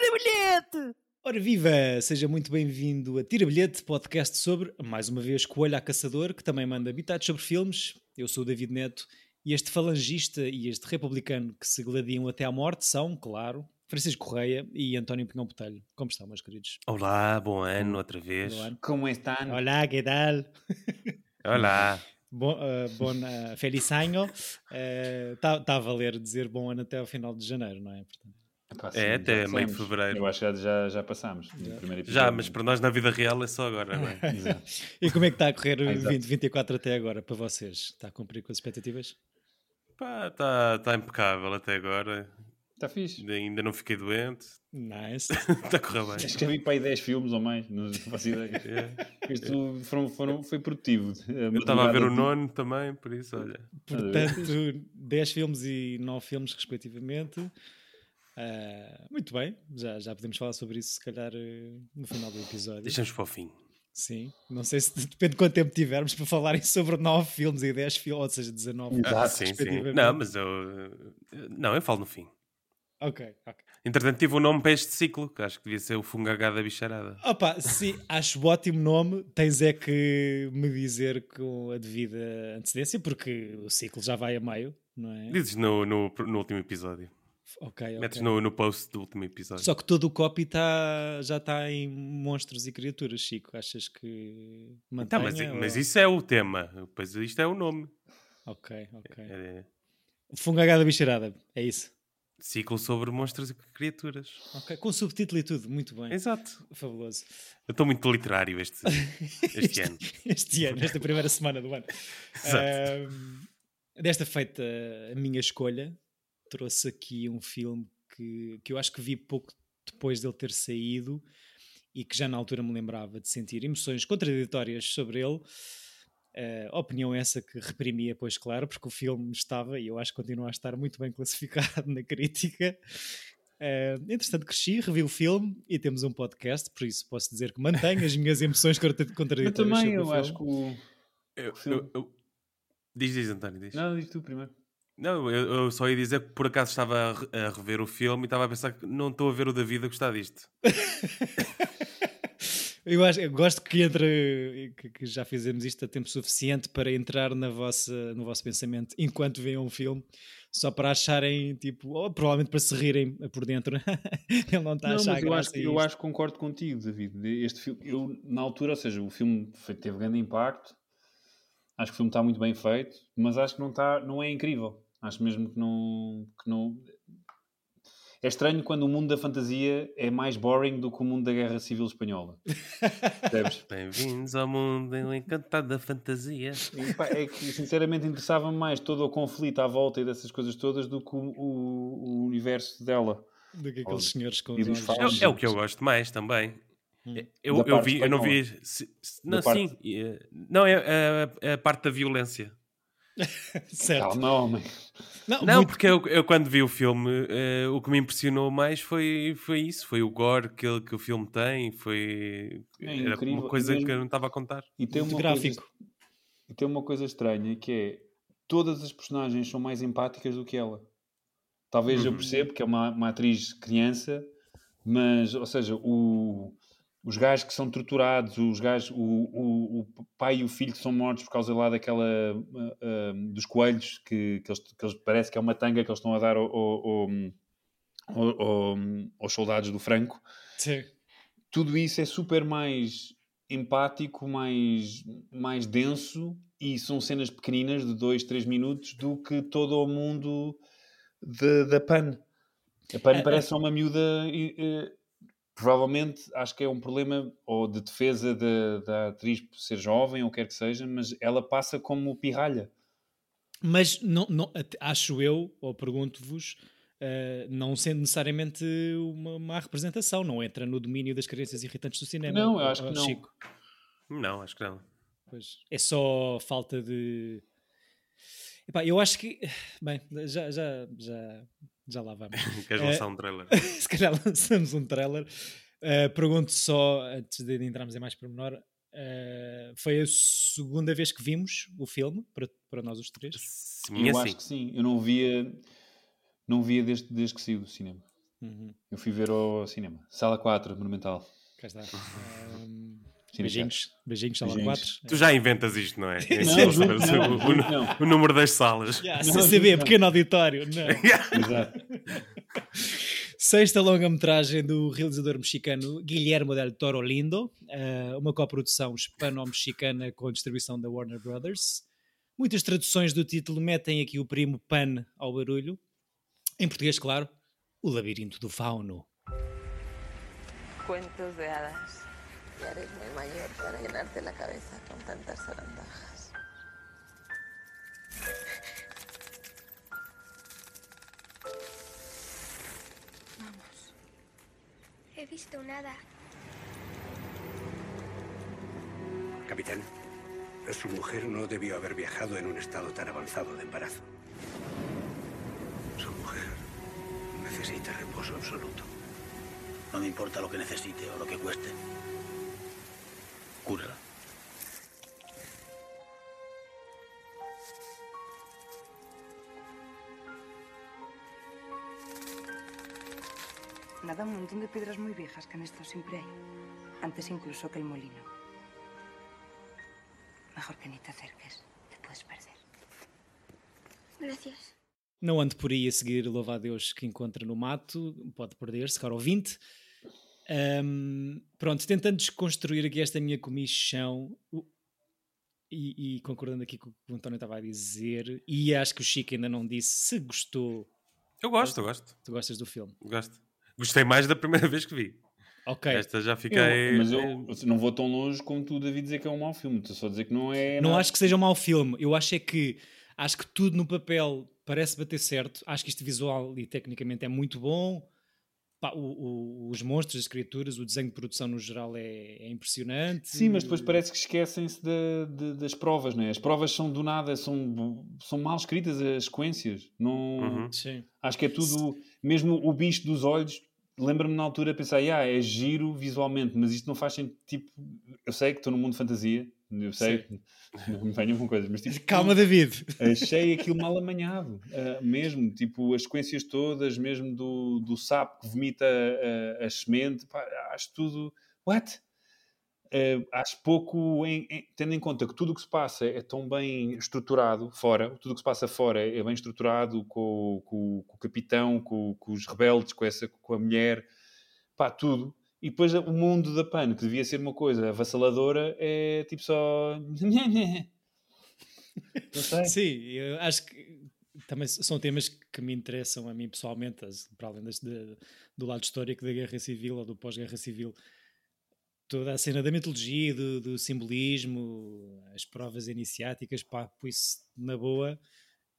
bilhete! Ora viva! Seja muito bem-vindo a Tira Bilhete, podcast sobre, mais uma vez, Coelho a Caçador, que também manda bitados sobre filmes. Eu sou o David Neto e este falangista e este republicano que se gladiam até à morte são, claro, Francisco Correia e António Pinhão Botelho. Como estão, meus queridos? Olá, bom ano outra vez. Bom ano. Como están? Olá, que tal? Olá. Bom, eh, bom eh, feliz ano. Está a valer dizer bom ano até ao final de janeiro, não é? Portanto, Epá, É, sim, até já meio de passamos. fevereiro. Eu acho que já, já passámos. do Já. primeiro Já, episódio. mas para nós na vida real é só agora, não é? Exato. E como é que está a correr Ah, o exato. 2024 até agora para vocês? Está a cumprir com as expectativas? Pá, está tá impecável até agora. Está Tá fixe. Ainda não fiquei doente. Nice. Está a correr bem. Escrevi para aí 10 filmes ou mais, não faço ideia. É. Isto foram, foram, foi produtivo. Eu estava a ver o nono também, por isso, olha. Portanto, 10 filmes e 9 filmes, respectivamente. Ah, muito bem, já, já podemos falar sobre isso, se calhar, eh, no final do episódio. Deixamos para o fim. Sim, não sei se depende de quanto tempo tivermos para falarem sobre 9 filmes e 10 filmes, ou seja, 19 filmes. Ah, sim, sim. respectivamente. Não, mas eu. eh, Não, eu falo no fim. Ok, ok. Entretanto, tive um nome para este ciclo, que acho que devia ser o Fungagá da Bicharada. Opa, sim, acho ótimo nome. Tens é que me dizer com a devida antecedência, porque o ciclo já vai a meio, não é? Dizes no, no, no último episódio. Ok, ok. Metes no, no post do último episódio. Só que todo o copy tá, já está em monstros e criaturas, Chico. Achas que Tá, mantenha? mas, ou- mas isso é o tema. Pois isto é o nome. Ok, ok. É Fungagada bicharada, é isso. ciclo sobre monstros e criaturas. Ok, com subtítulo e tudo, muito bem. Exato. Fabuloso. Eu estou muito literário este, este ano. Este ano, esta primeira semana do ano. Exato. Ahm, desta feita, a minha escolha trouxe aqui um filme que, que eu acho que vi pouco depois dele ter saído e que já na altura me lembrava de sentir emoções contraditórias sobre ele. Ah, opinião essa que reprimia, pois claro, porque o filme estava e eu acho que continua a estar muito bem classificado na crítica. Ah, entretanto, cresci, revi o filme e temos um podcast, por isso posso dizer que mantenho as minhas emoções contra- Eu contraditórias. sobre também, o eu filme. acho que o. Eu- Sim. eu- eu- Diz, diz, António, diz. Não, Não, diz tu primeiro. eu, eu só ia dizer que por acaso estava a re- a rever o filme e estava a pensar que não estou a ver o David a gostar disto. Eu, acho, eu gosto que entre que, que já fizemos isto a tempo suficiente para entrar na vossa, no vosso pensamento enquanto veem um filme, só para acharem tipo, ou provavelmente para se rirem por dentro. Ele não está a não, achar mas eu graça acho, a que, eu isto. acho que concordo contigo, David. Este filme, eu, na altura, ou seja, o filme foi- teve grande impacto. Acho que o filme está muito bem feito, mas acho que não, está, não é incrível. Acho mesmo que não, que não. É estranho quando o mundo da fantasia é mais boring do que o mundo da Guerra Civil Espanhola. Percebes? Bem-vindos ao mundo encantado da fantasia. E, pá, é que sinceramente interessava-me mais todo o conflito à volta e dessas coisas todas do que o, o- o universo dela. do que aqueles senhores com E os dos olhos. falos. É, é o que eu gosto mais também. É, Hum. Eu, Da eu parte vi, eu não vi. se- se- não, parte- sim. eh, Não, é, é- é a parte da violência. Certo. Calma, homem. Não, Não, muito- porque eu, eu quando vi o filme, eh, o que me impressionou mais foi, foi isso, foi o gore que, ele- que o filme tem, foi É era incrível, uma coisa mesmo. que eu não estava a contar. E tem muito uma coisa gráfico. E tem uma coisa estranha que é todas as personagens são mais empáticas do que ela. Talvez eu Uhum. perceba que é uma, uma atriz criança, mas, ou seja, o- os gajos que são torturados, os gajos, o, o- o pai e o filho que são mortos por causa lá daquela ah, ah, dos coelhos que, que, eles, que eles- parece que é uma tanga que eles estão a dar ao- ao- ao- ao- ao- aos soldados do Franco Sim. tudo isso é super mais empático, mais, mais denso e são cenas pequeninas de 2, 3 minutos do que todo o mundo de- da PAN. A PAN É, parece só uma miúda. e, eh, provavelmente acho que é um problema ou de defesa da da atriz por ser jovem ou quer que seja, mas ela passa como pirralha. Mas não, não- at- acho eu, ou pergunto-vos, eh, não sendo necessariamente uma má representação, não entra no domínio das crianças irritantes do cinema. Não, eu acho ó, que não. Chico. Não, acho que não. Pois. É só falta de. Epá, eu acho que. Bem, já, já, já, já lá vamos. Queres É. lançar um trailer? Se calhar lançamos um trailer. Uh, pergunto só, antes de entrarmos em mais pormenor, uh, foi a segunda vez que vimos o filme, para, para nós os três? Se Eu minha sim. acho é assim. que sim. Eu não via, não via desde, desde que saiu do cinema. Uhum. Eu fui ver ao cinema. Sala 4, Monumental. Cá está. Ahm, Cine beijinhos, beijinhos, sala Beijinhos. 4. Tu já inventas isto, não é? Nem Não, sei juro o- que não, o- juro que não. o número das salas. Yeah, Não, CCB, não. é pequeno auditório. Não. Exato. Sexta longa-metragem do realizador mexicano Guillermo del Toro Lindo, eh, uma coprodução hispano-mexicana com distribuição da Warner Brothers. Muitas traduções do título metem aqui o primo Pan ao barulho. Em português, claro, O Labirinto do Fauno. Cuentos de hadas. Ya eres muy mayor para llenarte la cabeza con tantas zarandajas. He visto un hada. Capitán, su mujer no debió haber viajado en un estado tan avanzado de embarazo. Su mujer necesita reposo absoluto. No me importa lo que necesite o lo que cueste. Cúrala. Nada, un montón de piedras muy viejas que han estado siempre ahí. Antes incluso que el molino. Mejor que ni te acerques, te puedes perder. Gracias. Não ande por aí a seguir, louva a Deus que encontra no mato, pode perder-se, caro ouvinte. Ahm, pronto, tentando desconstruir aqui esta minha comichão o- e, e concordando aqui com o que o António estava a dizer, e acho que o Chico ainda não disse se gostou, Eu gosto, eu gosto, tu gostas do filme. gosto. Gostei mais da primeira vez que vi. Ok, Esta já fiquei. Mas É. eu, eu não vou tão longe como tu, David, dizer que é um mau filme. Estou só a dizer que não é. não nada. acho que seja um mau filme, eu acho é que acho que tudo no papel parece bater certo, acho que isto visual e tecnicamente é muito bom. Pá, o- o- os monstros, as criaturas, o desenho de produção no geral é, é impressionante. Sim, mas depois parece que esquecem-se da- de- das provas, não é? As provas são do nada, são, são mal escritas as sequências. Não, Uhum. Sim. Acho que é tudo, mesmo o bicho dos olhos, lembra-me na altura pensar, ah, é giro visualmente, mas isto não faz sentido, tipo, eu sei que estou num mundo de fantasia, eu sei, não me venham com coisas, mas tipo, Calma, David. achei aquilo mal amanhado, ah, mesmo, tipo, as sequências todas, mesmo do, do sapo que vomita ah, a semente, pá, acho tudo, what? Ah, acho pouco, em- em- tendo em conta que tudo o que se passa é tão bem estruturado fora, tudo o que se passa fora é bem estruturado com, o- com o- com o capitão, com, com os rebeldes, com, essa, com a mulher, pá, tudo. E depois o mundo da PAN, que devia ser uma coisa avassaladora, é tipo só. Não sei. Sim, eu acho que também s- são temas que me interessam a mim pessoalmente, as- para além das- de- do lado histórico da Guerra Civil ou do pós-Guerra Civil. Toda a cena da mitologia, do, do simbolismo, as provas iniciáticas, pá, por isso, na boa.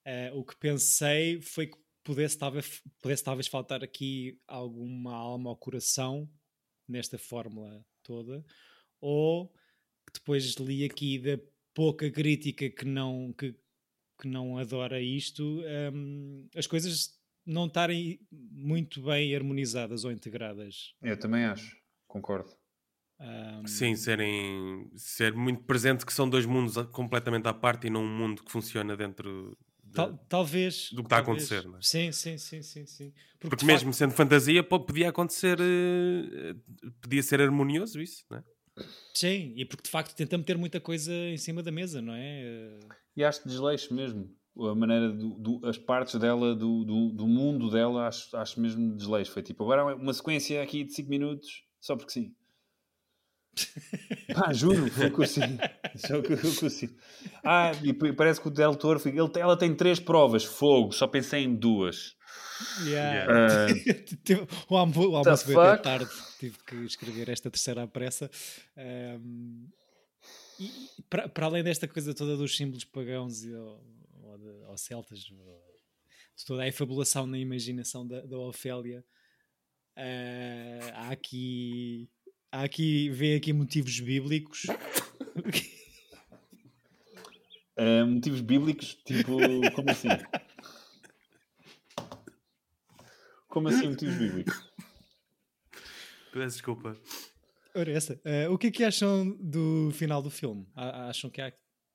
eh, o que pensei foi que pudesse talvez, pudesse talvez faltar aqui alguma alma ao coração nesta fórmula toda, ou que depois li aqui da pouca crítica que não, que, que não adora isto, hum, as coisas não estarem muito bem harmonizadas ou integradas. Eu também acho, concordo. Hum, eh, Sim, serem, ser muito presente que são dois mundos a- completamente à parte e não um mundo que funciona dentro. de- tal- talvez. do que está a talvez. acontecer, não é? Sim, sim, sim, sim. sim. Porque de mesmo sendo fantasia, po- podia acontecer. eh, eh, Podia ser harmonioso isso, não é? Facto, sim, e porque de facto tenta meter muita coisa em cima da mesa, não é? Eh, E acho desleixo mesmo. A maneira, do, do- as partes dela, do, do, do mundo dela, acho, acho mesmo desleixo. Foi tipo, agora é uma sequência aqui de 5 minutos, só porque sim. Pá, juro, foi o que eu sinto. Só que eu consigo. Ah, e p- parece que o Del Toro, foi- ele, tem- ela tem três provas, fogo, só pensei em duas. Yeah. Ah, Tive- o almo- o almoço foi até fuck? tarde, tive que escrever esta terceira à pressa. Ahm, e e para, para além desta coisa toda dos símbolos pagãos e, ou, ou de- ou celtas, ou- de toda a efabulação na imaginação da, da Ofélia, ah, há aqui. Há aqui, vê aqui motivos bíblicos. ah, motivos bíblicos, tipo, como assim? Como assim motivos bíblicos? Peço desculpa. Ora, essa. ah, o que é que acham do final do filme? A- Acham que há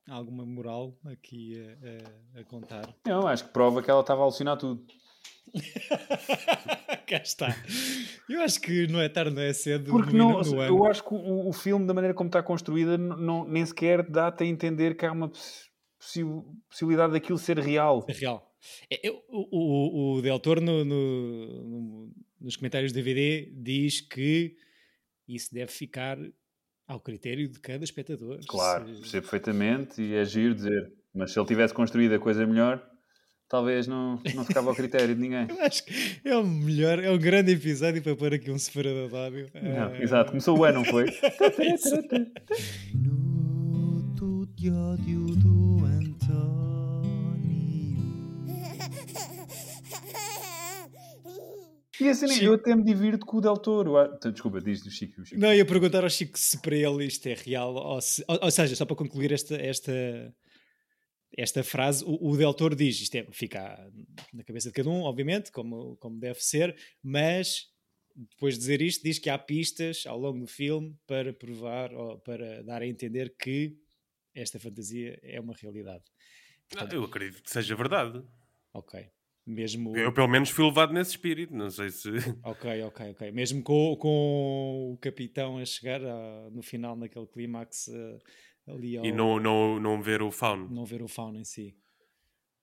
alguma moral aqui a- a- a contar? Não, acho que prova que ela estava a alucinar tudo. Cá está. Eu acho que não é tarde, não é cedo. Porque no não, minuto, ou no seja, ano. eu acho que o, o filme, da maneira como está construída, n- não, nem sequer dá-te a entender que há uma possi- possi- possibilidade daquilo ser real. É real. É, eu- o, o, o Del Toro no- no- no- nos comentários do DVD diz que isso deve ficar ao critério de cada espectador. Claro, Se- percebo perfeitamente e é giro dizer. Mas se ele tivesse construído a coisa melhor, talvez não, não ficava ao critério de ninguém. Eu acho que é o melhor, é um grande episódio para pôr aqui um separador de áudio. Não, Eh, exato, começou o ano, não foi? Minuto de ódio do António. E assim, Chico. eu até me divirto com o Del Toro. Ah, t- Desculpa, diz o Chico. o Chico. Não, ia perguntar ao Chico se para ele isto é real, ou, se- ou- ou seja, só para concluir esta, esta, esta frase, o, o Del Toro diz, isto é, fica na cabeça de cada um, obviamente, como, como deve ser, mas depois de dizer isto, diz que há pistas ao longo do filme para provar ou para dar a entender que esta fantasia é uma realidade. Ah, Eu acredito que seja verdade. Ok. Mesmo, Eu, pelo menos, fui levado nesse espírito. Não sei se. ok, ok, ok. Mesmo com, com o capitão a chegar ah, no final, naquele clímax ah, ali ao... E não, não, não ver o Faun. não ver o fauna em si.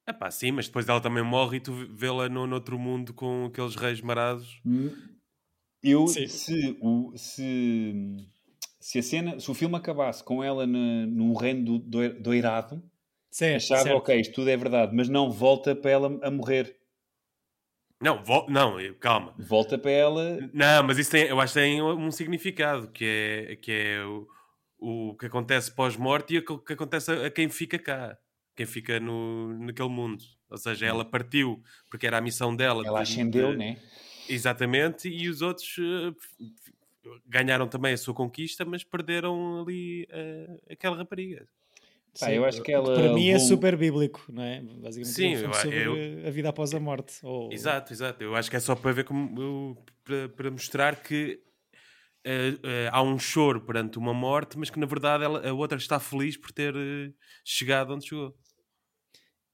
Ah, pá, sim, mas depois ela também morre e tu vê-la no, noutro mundo com aqueles reis marados. Hum, Eu, Sim. se, o, se, se a cena, se o filme acabasse com ela na- num reino do, do, doirado, Certo, achava, certo. ok, isto tudo é verdade, mas não, volta para ela a morrer. Não, vo- não, eu- calma. Volta para ela. Não, mas isso tem, eu acho que tem um significado, que é, que é o, o que acontece pós-morte e o que acontece a, a quem fica cá, quem fica no, naquele mundo. Ou seja, ela partiu, porque era a missão dela. Hum. Ela de- ascendeu, de- né? Exatamente, e os outros eh, f- f- ganharam também a sua conquista, mas perderam ali eh, aquela rapariga. Pá, eu acho que ela Para mim é levou- super bíblico, não é? Basicamente Sim, é um filme eu- sobre eu- a vida após a morte. Ou... Exato, exato. Eu acho que é só para ver como. eu- para, para mostrar que. eh, eh, há um choro perante uma morte, mas que na verdade ela- a outra está feliz por ter eh, chegado onde chegou.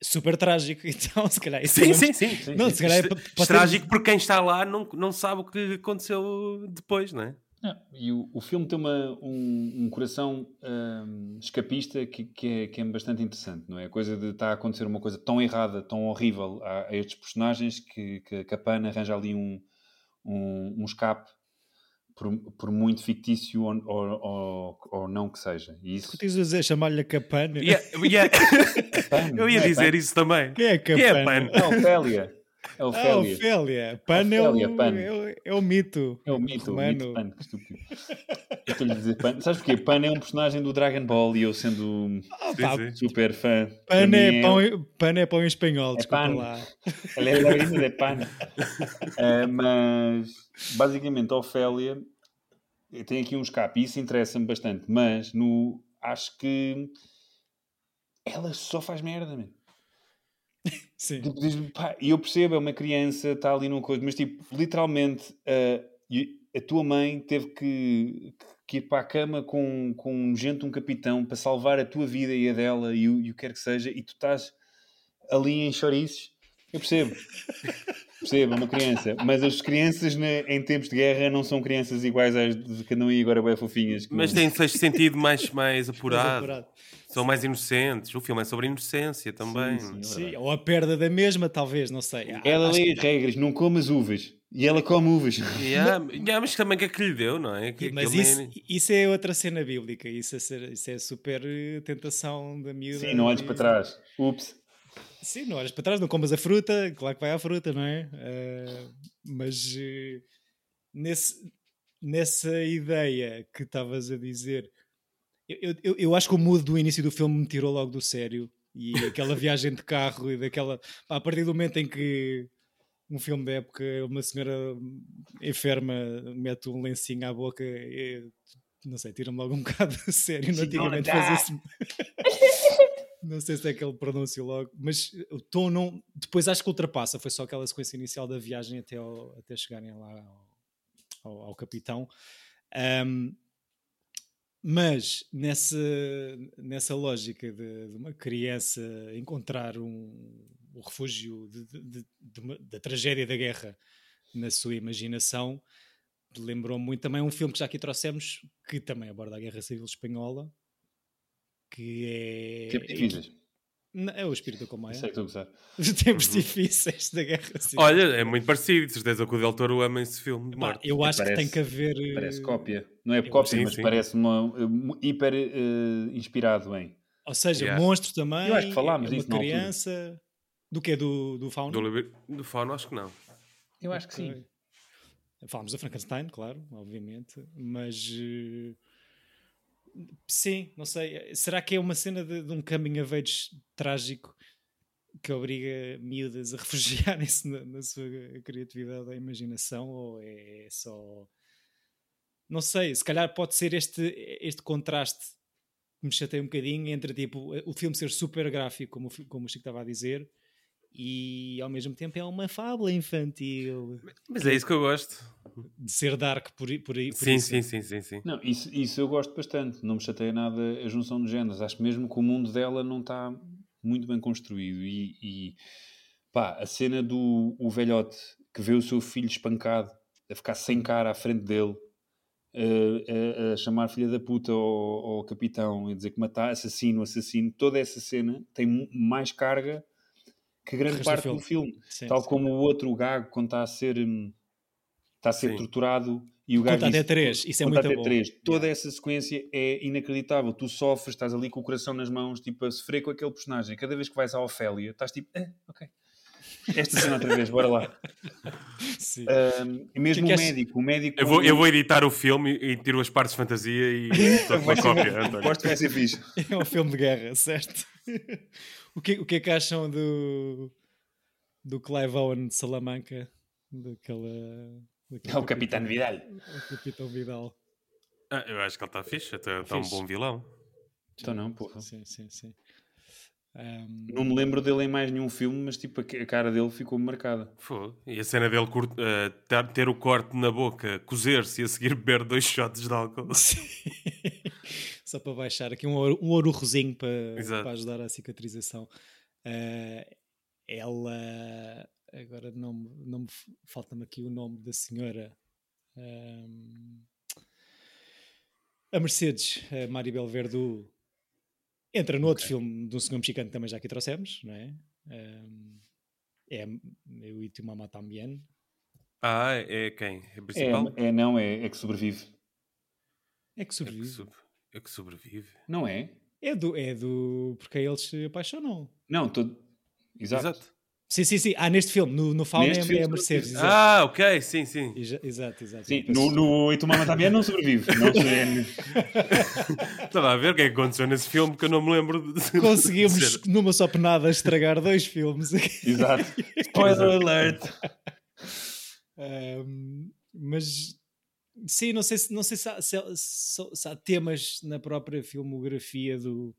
Super trágico, então se calhar. isso Sim, também- sim, sim. Não, se calhar é Isto- para- isto para ter- Trágico porque quem está lá não, não sabe o que aconteceu depois, não é? Não, e o, o filme tem uma, um, um coração hum, escapista que, que, é, que é bastante interessante, não é? A coisa de estar a acontecer uma coisa tão errada, tão horrível a, a estes personagens que, que a Capana arranja ali um, um, um escape, por, por muito fictício ou, ou, ou, ou não que seja. E isso, Escutas a dizer, chamar-lhe a capana. E é- e é- Pan, eu ia não é dizer Pan? isso também. Quem é Quem é capana? Pan? É Ofélia. É Ah, Ofélia. Ofélia. Pan é o, Ofélia, Pan. é o, é o mito. É o mito, o mito romano. Pan, que estúpido. Eu estou-lhe a dizer Pan. Sabes porquê? Pan é um personagem do Dragon Ball e eu sendo um Ah, Sim, pá, sim. super fã. para Pan mim é, pão, em- pan é pão em espanhol, É desculpa pan. lá. Ela é loirinha de pan. Eh, mas, basicamente, a Ofélia tem aqui um escape e isso interessa-me bastante. Mas, no, acho que ela só faz merda, mano. Sim. Tipo, diz-me, pá, E eu percebo, é uma criança, está ali numa coisa, mas tipo, literalmente, eh, e- a, tua mãe teve que, que ir para a cama com, com um gente, um capitão, para salvar a tua vida e a dela e, o- e o que quer que seja, e tu estás ali em chouriços. Eu percebo, percebo, é uma criança, mas as crianças na- em tempos de guerra não são crianças iguais às de que andam aí agora, bem fofinhas. que Mas não- tem um sexto sentido mais, mais Mas apurado. apurado. São mais inocentes. O filme é sobre inocência também. Sim, sim, é Sim, verdade. ou a perda da mesma, talvez, não sei. Ah, Ela acho lê as regras, não come as uvas, e ela come uvas. Yeah, yeah, mas também que é que lhe deu, não é? Que, E- Mas aquele isso, nem- isso é outra cena bíblica, isso é, ser- isso é super eh, tentação da é assim. miúda. Sim, não olhes e- para trás. Ups. Sim, não olhas para trás, não comas a fruta, claro que vai à fruta, não é? Eh, mas eh, nesse, nessa ideia que estavas a dizer, eu- eu, eu, eu acho que o mood do início do filme me tirou logo do sério. E aquela viagem de carro e daquela. pá, a partir do momento em que um filme da época, uma senhora enferma mete um lencinho à boca, eh, não sei, tira-me logo um bocado a sério. Não, antigamente fazia-se. Não sei se é aquele pronúncio logo, mas eh, o tom não. Depois acho que ultrapassa. Foi só aquela sequência inicial da viagem até, ao- até chegarem lá ao, ao- ao capitão. Ahm, Mas nessa, nessa lógica de, de uma criança encontrar um, um refúgio de- de- de- de uma- da tragédia da guerra na sua imaginação, lembrou me muito também um filme que já aqui trouxemos, que também aborda a Guerra Civil Espanhola, que é. Tempos difíceis. Não, é o espírito como é. Sei que estou a gozar. Tempos Uhum. difíceis da Guerra Civil. Olha, é muito parecido, de certeza que o Del Toro ama esse filme de Pá, morte. eu acho que Parece- tem que haver. eh, Parece cópia. Não é eu- cópia, sim, mas sim. parece uma, um, hiper eh, inspirado em. Ou seja, Yeah. monstro também. Eu acho que falámos é uma disso na altura. criança. Do que é do, do Fauna? Do, Liber- do Fauno, acho que não. Eu acho que sim. Falámos da Frankenstein, claro, obviamente, mas eh, sim, não sei. Será que é uma cena de, de um coming of age trágico que obriga miúdas a refugiarem-se na, na sua criatividade, a imaginação, ou é só. Não sei, se calhar pode ser este, este contraste que me chateia um bocadinho entre tipo o filme ser super gráfico, como, o fi- como o Chico estava a dizer, e ao mesmo tempo é uma fábula infantil Mas é isso que eu gosto. de ser dark por, i- por, i- por Sim, isso. sim, sim, sim, sim. Não, isso, isso eu gosto bastante. Não me chateia nada a junção de géneros. Acho mesmo que o mundo dela não está muito bem construído. E, e, pá, a cena do o velhote que vê o seu filho espancado a ficar sem cara à frente dele, a, a- a chamar filha da puta ao, ao capitão e dizer que matar assassino, assassino, toda essa cena tem mu- mais carga que O grande resto do parte do filme. filme. Sim, Tal sim. como o outro o gago, quando está a ser, hum, está a ser Sim. torturado e o Conta gago. até diz- três, isso é conta muito até bom. três. Toda essa sequência é inacreditável. Tu sofres, estás ali com o coração nas mãos, tipo, a sofrer com aquele personagem. Cada vez que vais à Ofélia, estás tipo, ah, ok. Esta cena outra vez, bora lá. Sim. Hum, e mesmo Que que o és- médico, o médico. Eu vou, eu vou editar o filme e e tiro as partes de fantasia e dou uma cópia. António. Gosto que vai ser fixe. É um filme de guerra, certo? o, que, o que é que acham do, do Clive Owen de Salamanca? Daquela. daquele É É o Capitão Vidal. O Capitão Vidal. Ah, eu acho que ele está fixe, está um Fixe. bom vilão. Então não, porra. Sim, sim, sim. Ahm, Não me lembro dele em mais nenhum filme, mas tipo, a a cara dele ficou marcada. Fogo. E a cena dele cur- eh, ter, ter o corte na boca, cozer-se e a seguir beber dois shots de álcool. Sim. Só para baixar aqui um, ouro- um ourozinho para, Exato. para ajudar à cicatrização. Ah, ela. Agora não, me- não me f- falta-me aqui o nome da senhora. Ahm, a Mercedes, a Maribel Verdu, entra no outro filme de um senhor mexicano que também já aqui trouxemos, não é? Ahm, é eu e tu mamá também. É Ah, é quem? É o É, principal? é, não, é, é que sobrevive. É que É que, sobrevive. sub- é que sobrevive. Não é? É do, é do. Porque eles se apaixonam. Não, todo. Exato. Exato. Sim, sim, sim. Ah, neste filme, no, no Fauna Neste é, filme é a Mercedes. Exato. Ah, ok, sim, sim. Exa- exato, exato. Sim, Peço- no, no Itumama também não sobrevive. Não é sobrevive. Estava a ver o que é que aconteceu nesse filme que eu não me lembro. de- de Conseguimos, dizer. numa só penada, estragar dois filmes. Exato. Spoiler alert. Ahm, mas sim, não sei, se, não sei se, há, se há- se- se há temas na própria filmografia do,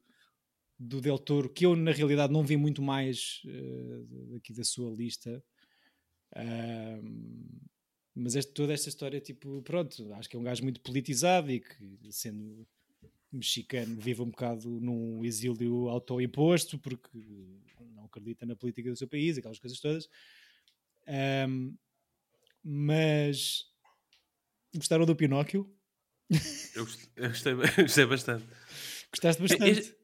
do Del Toro que eu na realidade não vi muito mais eh, daqui da sua lista. Ahm, mas este- toda esta história, tipo, pronto, acho que é um gajo muito politizado e que, sendo mexicano, vive um bocado num exílio autoimposto porque não acredita na política do seu país, aquelas coisas todas. Ahm, mas gostaram do Pinóquio? Eu gost- eu gostei, eu gostei bastante. Gostaste é, bastante. Este-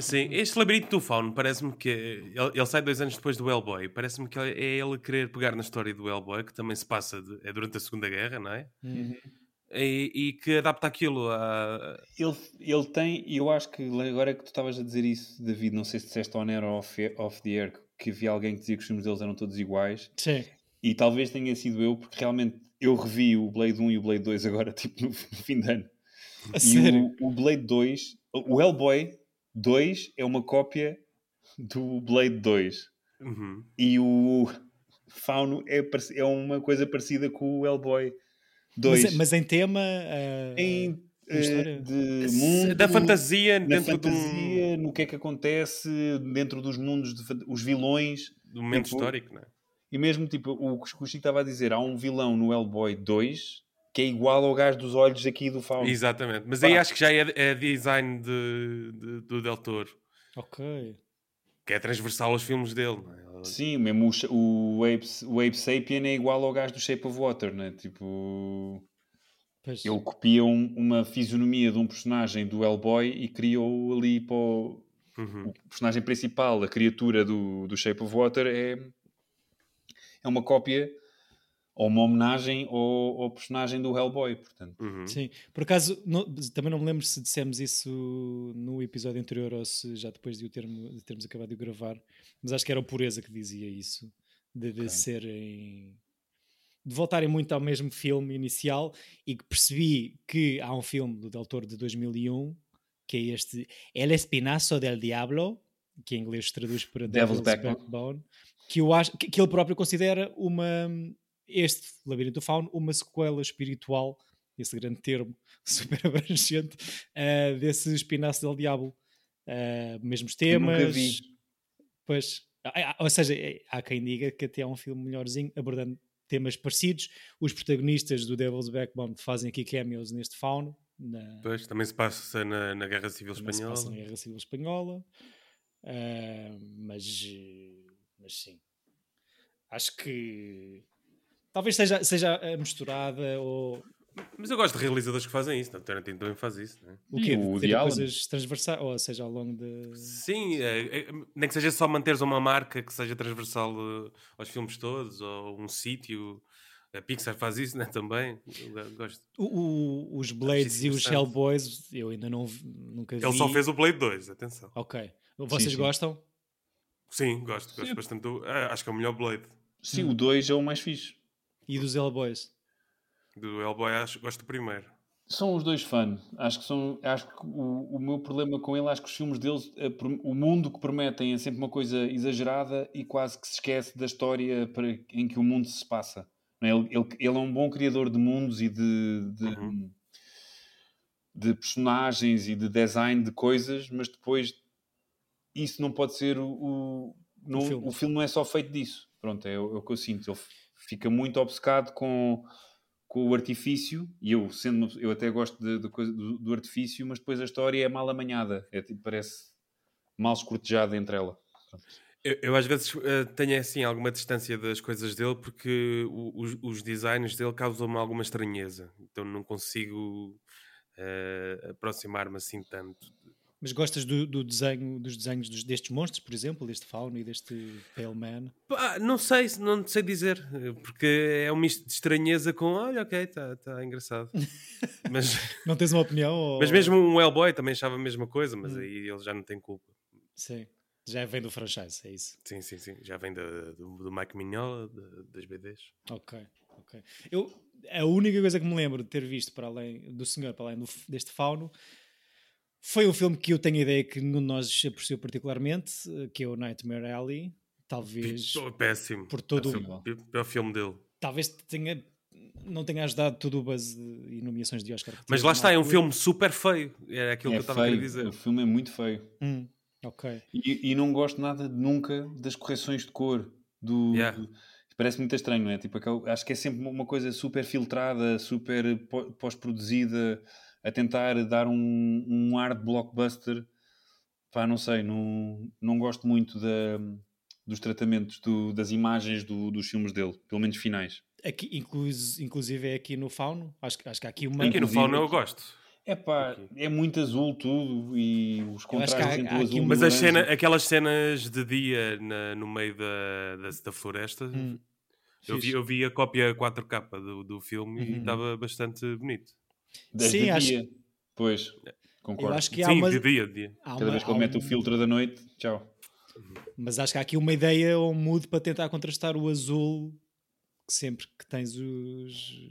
Sim, este labirinto do fauno parece-me que. Ele, ele sai dois anos depois do Hellboy. Parece-me que é ele querer pegar na história do Hellboy, que também se passa de- é durante a Segunda Guerra, não é? Uhum. E, e que adapta aquilo a. Ele, ele tem, e eu acho que agora que tu estavas a dizer isso, David, não sei se disseste on air ou off, off the air, que havia alguém que dizia que os filmes deles eram todos iguais, Sim. e talvez tenha sido eu, porque realmente eu revi o Blade 1 e o Blade 2 agora, tipo, no fim de ano. A E sério. é- o, o Blade 2, o Hellboy 2 é uma cópia do Blade 2. Uhum. E o Fauno é, parec- é uma coisa parecida com o Hellboy 2. Mas, mas em tema. ah, em, na eh, história? de mundo, da fantasia na dentro de um, fantasia, no que é que acontece dentro dos mundos, de fan- os vilões, de um momento Tipo, histórico, não é? e mesmo tipo o que o Chico estava a dizer, há um vilão no Hellboy 2 que é igual ao gajo dos olhos aqui do Fauno. Exatamente. Mas Pá. aí acho que já é, é design de, de- do Del Toro, Ok. que é transversal aos filmes dele. não é? Sim, mesmo o, Sha- o, Ape, o Ape Sapien é igual ao gajo do Shape of Water, né? Tipo, Pois. ele copia um- uma fisionomia de um personagem do Hellboy e criou ali para o, Uhum. o personagem principal, a criatura do, do Shape of Water, é, é uma cópia ou uma homenagem ao, ao personagem do Hellboy, portanto. Uhum. Sim, por acaso, não- também não me lembro se dissemos isso no episódio anterior ou se já depois de, o termo- de termos acabado de o gravar, mas acho que era o Pureza que dizia isso, de, de serem. de voltarem muito ao mesmo filme inicial e que percebi que há um filme do Del Toro de 2001 que é este El Espinazo del Diablo, que em inglês se traduz para Devil's, Devil's Backbone. Backbone, que, eu acho, que, que ele próprio considera uma. este Labirinto do Fauno, uma sequela espiritual esse grande termo super abrangente, eh, desse Espinaço del Diabo. Eh, mesmos Eu nunca temas. vi. Pois, ah, ah, ou seja, eh, há quem diga que até há um filme melhorzinho abordando temas parecidos. Os protagonistas do Devil's Backbone fazem aqui cameos neste Fauno, na, Pois, também se passa na, na Guerra Civil também se Espanhola. passa na Guerra Civil Espanhola. Ah, mas, eh, mas sim. Acho que talvez seja, seja a misturada ou Mas eu gosto de realizadores que fazem isso, não? é? Tarantino também faz isso, não é? o E quê? o De Woody terem Allen? coisas transversais, ou seja, ao longo de. Sim, é- é- nem que seja só manteres uma marca que seja transversal eh, aos filmes todos, ou um sítio. A Pixar faz isso, né? Também. Eu go- gosto. O- o- os Blades e os interessante. Hellboys, eu ainda não, vi- nunca vi. Ele só fez o Blade 2, atenção. Ok. Vocês sim. gostam? Sim, gosto, gosto bastante. do- ah, acho que é o melhor Blade. Sim, o 2 é o mais fixe. E dos Hellboys? Do Hellboy, acho, gosto do primeiro. São os dois fãs. Acho que são. Acho que o, o meu problema com ele, acho que os filmes deles, eh, prom- o mundo que prometem é sempre uma coisa exagerada e quase que se esquece da história para, em que o mundo se passa. Não é? Ele, ele- ele é um bom criador de mundos e de, de, Uhum. de personagens e de design de coisas, mas depois isso não pode ser o. o- não- filme. o filme não é só feito disso. Pronto, é, o é o que eu sinto. Ele f- fica muito obcecado com com o artifício, e eu sendo uma pe- eu até gosto de- de coisa- do, do artifício, mas depois a história é mal amanhada, é, tipo, parece mal escortejada entre ela. Eu, eu às vezes eh, tenho assim alguma distância das coisas dele porque o- os, os designs dele causam-me alguma estranheza. Então não consigo eh, aproximar-me assim tanto. Mas gostas do, do desenho, dos desenhos dos- destes monstros, por exemplo? Deste Fauno e deste Pale Man? Pá, não sei, se- não sei dizer, eh, porque é um misto de estranheza com olha, ok, está tá engraçado. mas, Não tens uma opinião? Ou... mas mesmo um Hellboy também achava a mesma coisa, mas Hum. aí ele já não tem culpa. Sim. Já vem do franchise, é isso. Sim, sim, sim. Já vem da- do, do Mike Mignola, da- das BDs. Ok, ok. Eu, a única coisa que me lembro de ter visto para além do senhor, para além do f- deste fauno, foi um filme que eu tenho a ideia que nenhum de nós apreciou particularmente, eh, que é o Nightmare Alley. Talvez Péssimo. por todo é o- Péssimo. Pi- Pior filme dele. talvez tenha, não tenha ajudado todo o buzz de- e nomeações de Oscar. que Mas teve lá na está, é um altura. filme super feio. Era aquilo que eu é estava a querer feio, dizer. o filme é muito feio. Hum, ok. E, e não gosto nada nunca das correções de cor. Do, Yeah. do- parece muito estranho, não é? Tipo, aquele- acho que é sempre uma coisa super filtrada, super pó- pós-produzida, a tentar dar um, um ar de blockbuster. Pá, não sei, não, não gosto muito da- dos tratamentos, do- das imagens do- dos filmes dele, pelo menos finais. Aqui, inclus- inclusive é aqui no fauno. Acho, que- acho que há aqui uma. Aqui no Inclusive- Fauna eu gosto. É pá, Ok. é muito azul tudo e os Eu acho que contrastes há- entre há o aqui azul e um- o Mas as laranja. cena, é aquelas cenas de dia na- no meio da, da, da floresta, Hum, eu, vi, fixe. eu vi a cópia 4K do, do filme e Uhum. estava bastante bonito. das Sim, de acho- dia. Pois, Eu concordo. acho que há Sim, uma. de dia, de dia. há Cada uma- vez que há ele mete o um- filtro da noite, tchau. Mas acho que há aqui uma ideia ou um mood para tentar contrastar o azul que sempre que tens os,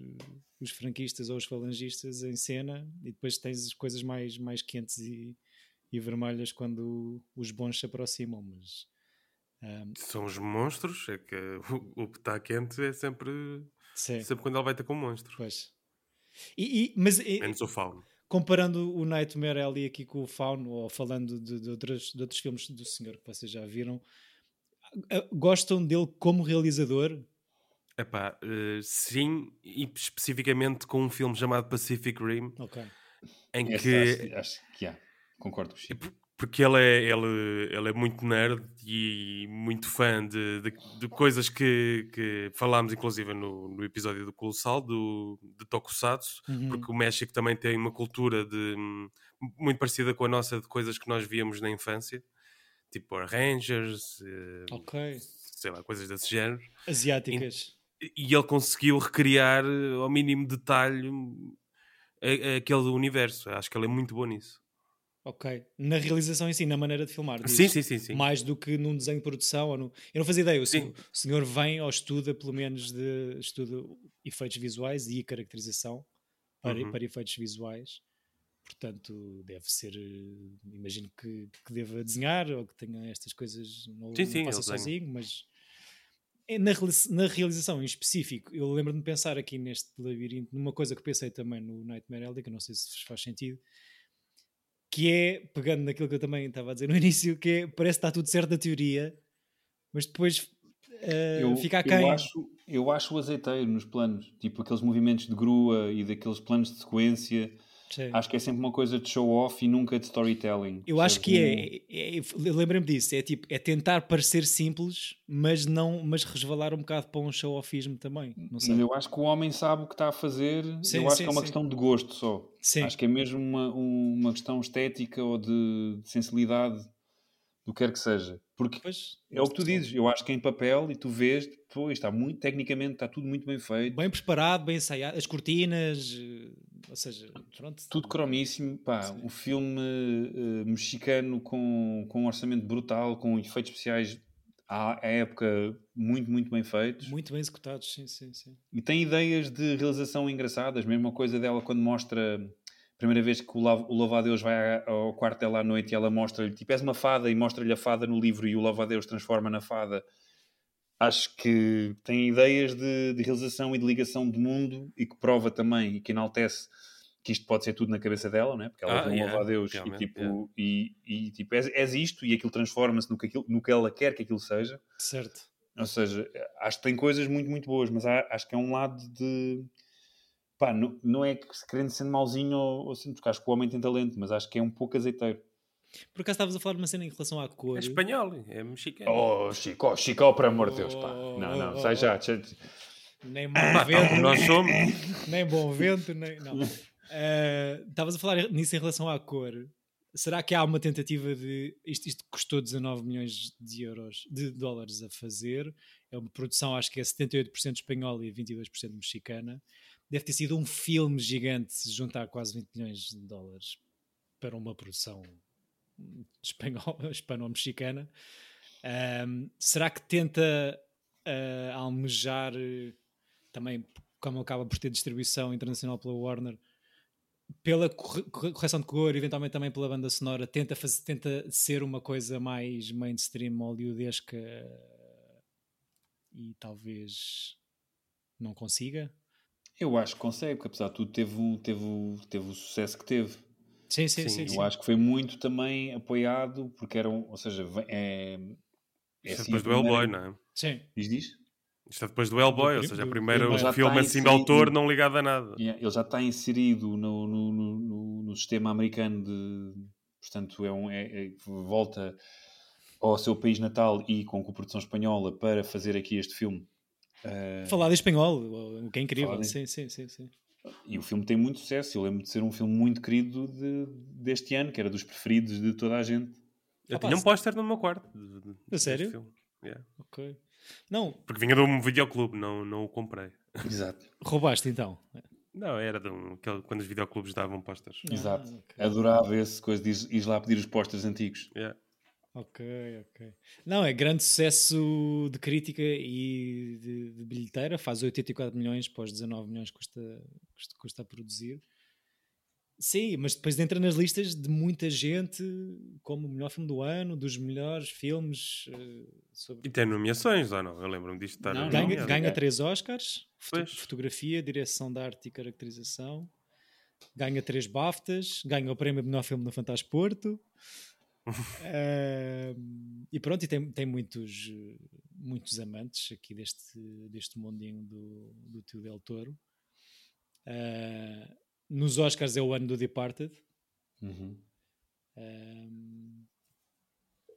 os franquistas ou os falangistas em cena e depois tens as coisas mais, mais quentes e, e vermelhas quando os bons se aproximam. Mas São os monstros, é que o, o que está quente é sempre, sim, sempre quando ele vai ter com um monstro. pois. E, e- mas e- Menos o Fauna. comparando o Nightmare Alley aqui com o Fauno ou falando de, de outras- de outros filmes do senhor que vocês já viram, a- a- gostam dele como realizador? Epá, eh, sim, e especificamente com um filme chamado Pacific Rim, Ok. em Essa que. é acho, acho que há. Concordo com o Chico. Porque ele é, ele, ele é muito nerd e muito fã de, de- de coisas que, que falámos, inclusive, no, no episódio do Colossal, do, de Tokusatsu, Uhum. porque o México também tem uma cultura de hum, muito parecida com a nossa, de coisas que nós víamos na infância, tipo Power Rangers, eh, Ok. sei lá, coisas desse género. Asiáticas. E- e ele conseguiu recriar eh, ao mínimo detalhe hum, a- a- aquele universo. Acho que ele é muito bom nisso. Ok. Na realização em si, na maneira de filmar. dizes? Sim, sim, sim, sim. Mais do que num desenho de produção ou no... Eu não fazia ideia. O Sim. senhor, o senhor vem ou estuda, pelo menos, de estuda efeitos visuais e caracterização para, Uhum. para efeitos visuais. Portanto, deve ser. eh, Imagino que, que deva desenhar ou que tenha estas coisas. Não, Sim, não sim, faça ele desenha. sozinho, mas. É, Na, reali- na realização em específico, eu lembro-me de pensar aqui neste labirinto, numa coisa que pensei também no Nightmare Alley, que eu não sei se vos faz sentido, que é, pegando naquilo que eu também estava a dizer no início, que é, parece que está tudo certo na teoria, mas depois eh, fica aquém. eu acho, eu acho o azeiteiro nos planos, tipo aqueles movimentos de grua e daqueles planos de sequência. Sim. Acho que é sempre uma coisa de show off e nunca de storytelling. Eu acho que percebes? é, é, é lembra-me disso, é tipo, é tentar parecer simples, mas não, mas resvalar um bocado para um show-offismo também, não sei. Mas eu acho que o homem sabe o que está a fazer. Sim, eu acho sim, que é uma sim. questão de gosto só. Sim. Acho que é mesmo uma, um- uma questão estética ou de, de sensibilidade, do que quer que seja. Porque Pois, é o que tu dizes. Eu acho que em papel e tu vês, pô, está muito, tecnicamente está tudo muito bem feito. bem preparado, bem ensaiado, as cortinas, eh, ou seja, pronto. Tudo cromíssimo, pá, um filme eh, mexicano com, com um orçamento brutal, com efeitos especiais à, à época muito, muito bem feitos. Muito bem executados, sim, sim, sim. E tem ideias de realização engraçadas, mesmo a coisa dela quando mostra a primeira vez que o, Lav- o Louva-a-Deus vai à- ao quarto dela à noite e ela mostra-lhe, tipo, és uma fada e mostra-lhe a fada no livro e o Louva-a-Deus transforma na fada. Acho que tem ideias de, de realização e de ligação de mundo e que prova também e que enaltece que isto pode ser tudo na cabeça dela, né? porque ela Ah, tem um yeah, Louva-a-Deus e realmente, tipo, yeah. e, e, tipo és, és isto e aquilo transforma-se no, que aquilo- no que ela quer que aquilo seja. Certo. Ou seja, acho que tem coisas muito, muito boas, mas há- acho que é um lado de. Pá, não, não é que se querendo ser mauzinho ou, ou sendo, porque acho que o homem tem talento, mas acho que é um pouco azeiteiro. Por acaso estavas a falar de uma cena em relação à cor. É espanhol, é mexicano. Oh, Chico, oh, Chico, oh, por amor de Deus, pá. Oh, Não, não, oh, sai oh. já. já- Nem mau é Pá, vento, então, nós somos. nem bom vento, nem. Não. Eh, Estavas a falar nisso em relação à cor. Será que há uma tentativa de. Isto, isto custou 19 milhões de euros, de dólares a fazer. É uma produção, acho que é 78% espanhola e 22% mexicana. Deve ter sido um filme gigante se juntar quase 20 milhões de dólares para uma produção espanhola, hispano-mexicana. Ahm, será que tenta ah, almejar eh, também, como acaba por ter distribuição internacional pela Warner, pela corre- corre- correção de cor, eventualmente também pela banda sonora, tenta, fazer, tenta ser uma coisa mais mainstream hollywoodesca eh, e talvez não consiga? Eu acho que consegue, porque apesar de tudo teve, o- teve, o- teve o sucesso que teve. Sim, sim, Sim, sim. eu sim. Eu acho que foi muito também apoiado, porque eram, ou seja, vem- é. é Isto é depois assim, a do primeira- Hellboy, não é? Sim. Diz, diz? Isto é depois do Hellboy, Do ou prim- seja, do primeiro primeiro. Já filme tá assim de inserido. autor não ligado a nada. Yeah, ele já está inserido no, no- no- no- no sistema americano de portanto é um é- é- volta ao seu país natal e com coprodução espanhola para fazer aqui este filme Ah, Falar em espanhol, o que é incrível. Falar em- Sim, sim, sim, sim. e o filme tem muito sucesso eu lembro de ser um filme muito querido de- deste ano que era dos preferidos de toda a gente Eu Ah, pá, tinha um se- póster no meu quarto. de- de- deste sério? filme. Yeah. Ok. Não, Porque vinha de um videoclube, não, não o comprei. exato roubaste então. Não, era de um, aquele- quando os videoclubes davam posters. exato Ah, ok. adorava esse coisa de ir, ir lá pedir os postas antigos Yeah. Ok, ok. Não, é grande sucesso de crítica e de, de bilheteira. Faz 84 milhões para os 19 milhões que custa, custa, custa a produzir. Sim, mas depois entra nas listas de muita gente como o melhor filme do ano, dos melhores filmes eh, sobre. E tem nomeações, ou não? Eu lembro-me disto estar Não, não. Ganha, nomeado. ganha é. três Oscars: foto- Pois. fotografia, direção de arte e caracterização. Ganha três BAFTAs, ganha o prémio de melhor filme no Fantasporto. Ahm, e pronto, e tem, tem muitos, eh, muitos amantes aqui deste, deste mundinho do, do tio Del Toro. Ah, nos Oscars é o ano do Departed. Uhum. Ahm,